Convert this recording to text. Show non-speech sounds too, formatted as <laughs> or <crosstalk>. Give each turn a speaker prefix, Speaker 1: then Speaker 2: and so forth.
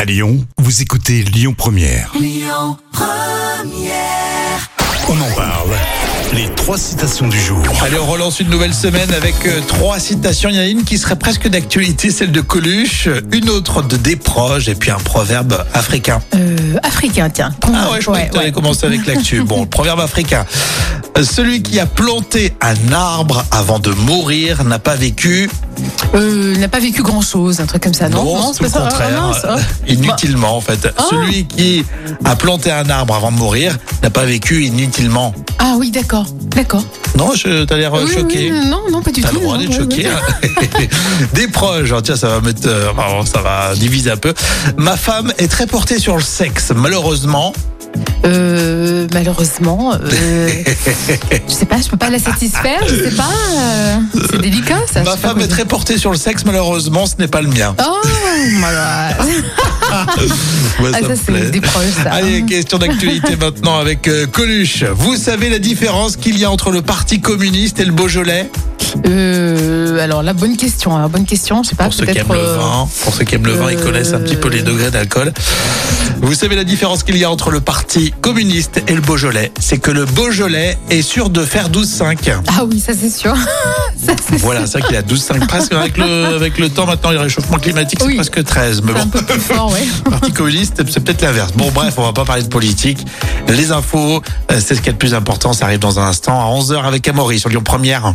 Speaker 1: À Lyon, vous écoutez Lyon Première. On en parle. Les trois citations du jour.
Speaker 2: Allez, on relance une nouvelle semaine avec euh, trois citations. Il y en a une qui serait presque d'actualité, celle de Coluche, une autre de Desproges et puis un proverbe africain.
Speaker 3: Euh, africain, tiens.
Speaker 2: Ah ouais, je croyais que t'allais commencer avec
Speaker 3: <laughs>
Speaker 2: l'actu. Bon, le proverbe africain. Euh, Celui qui a planté un arbre avant de mourir n'a pas vécu
Speaker 3: Euh, il n'a pas vécu grand chose, un truc comme ça, non Non,
Speaker 2: tout le
Speaker 3: Ah,
Speaker 2: contraire,
Speaker 3: mince,
Speaker 2: euh,
Speaker 3: hein.
Speaker 2: inutilement en fait. Celui qui a planté un arbre avant de mourir n'a pas vécu inutilement.
Speaker 3: Ah oui, d'accord, d'accord.
Speaker 2: Non, je- t'as l'air euh,
Speaker 3: Oui, oui,
Speaker 2: choqué.
Speaker 3: oui, non, non, pas du
Speaker 2: T'as
Speaker 3: tout.
Speaker 2: le droit
Speaker 3: non,
Speaker 2: d'être
Speaker 3: ouais,
Speaker 2: choqué.
Speaker 3: ouais.
Speaker 2: hein. <laughs> Des proches, hein, tiens, ça va mettre, euh, pardon, ça va diviser un peu. Ma femme est très portée sur le sexe, malheureusement.
Speaker 3: Euh, malheureusement,
Speaker 2: <laughs>
Speaker 3: euh, je sais pas, je peux pas la satisfaire, je sais pas. euh, c'est délicat, ça.
Speaker 2: Ma
Speaker 3: je sais pas
Speaker 2: femme
Speaker 3: quoi
Speaker 2: est
Speaker 3: dire.
Speaker 2: très portée sur le sexe, malheureusement, ce n'est pas le mien.
Speaker 3: Oh, voilà.
Speaker 2: <laughs> Ouais, ça
Speaker 3: Ah, ça,
Speaker 2: me
Speaker 3: c'est
Speaker 2: plaît.
Speaker 3: des proches, ça. hein.
Speaker 2: Allez, question d'actualité maintenant avec euh, Coluche. Vous savez la différence qu'il y a entre le Parti communiste et le Beaujolais
Speaker 3: Euh, alors, la bonne question, hein, bonne question, je sais pas.
Speaker 2: Pour ceux qui
Speaker 3: peut-être,
Speaker 2: aiment le
Speaker 3: euh,
Speaker 2: vin, pour ceux qui aiment le vin, ils
Speaker 3: euh,
Speaker 2: connaissent un petit peu les degrés d'alcool. Vous savez la différence qu'il y a entre le Parti communiste et le Beaujolais C'est que le Beaujolais est sûr de faire 12,5.
Speaker 3: Ah oui, ça c'est sûr. ça c'est sûr.
Speaker 2: Voilà, c'est vrai qu'il a 12,5 presque. Avec le, avec le temps maintenant, les réchauffements climatiques, c'est
Speaker 3: Oui.
Speaker 2: presque 13. Mais
Speaker 3: <laughs> C'est
Speaker 2: bon,
Speaker 3: un peu plus fort, ouais.
Speaker 2: parti communiste, c'est peut-être l'inverse. Bon, bref, on va pas parler de politique. Les infos, euh, c'est ce qu'il y a de plus important. Ça arrive dans un instant à 11h avec Amaury sur Lyon Première.